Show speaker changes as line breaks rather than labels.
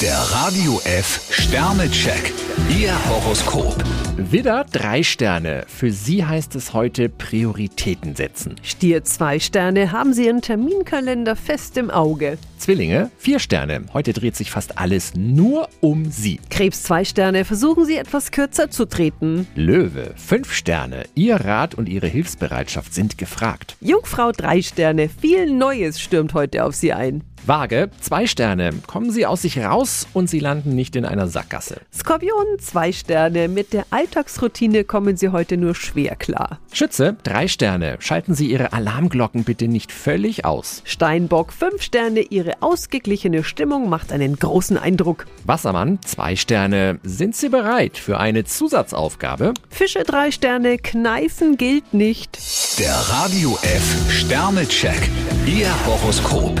Der Radio F Sternecheck. Ihr Horoskop.
Widder, drei Sterne. Für Sie heißt es heute Prioritäten setzen.
Stier zwei Sterne, haben Sie Ihren Terminkalender fest im Auge.
Zwillinge, vier Sterne. Heute dreht sich fast alles nur um Sie.
Krebs zwei Sterne, versuchen Sie etwas kürzer zu treten.
Löwe, fünf Sterne. Ihr Rat und Ihre Hilfsbereitschaft sind gefragt.
Jungfrau drei Sterne, viel Neues stürmt heute auf Sie ein.
Waage, zwei Sterne. Kommen Sie aus sich raus und Sie landen nicht in einer Sackgasse.
Skorpion zwei Sterne, mit der Alltagsroutine kommen Sie heute nur schwer klar.
Schütze, drei Sterne. Schalten Sie Ihre Alarmglocken bitte nicht völlig aus.
Steinbock fünf Sterne, Ihre ausgeglichene Stimmung macht einen großen Eindruck.
Wassermann, zwei Sterne. Sind Sie bereit für eine Zusatzaufgabe?
Fische drei Sterne, Kneifen gilt nicht.
Der Radio F Sternecheck. Ihr Horoskop.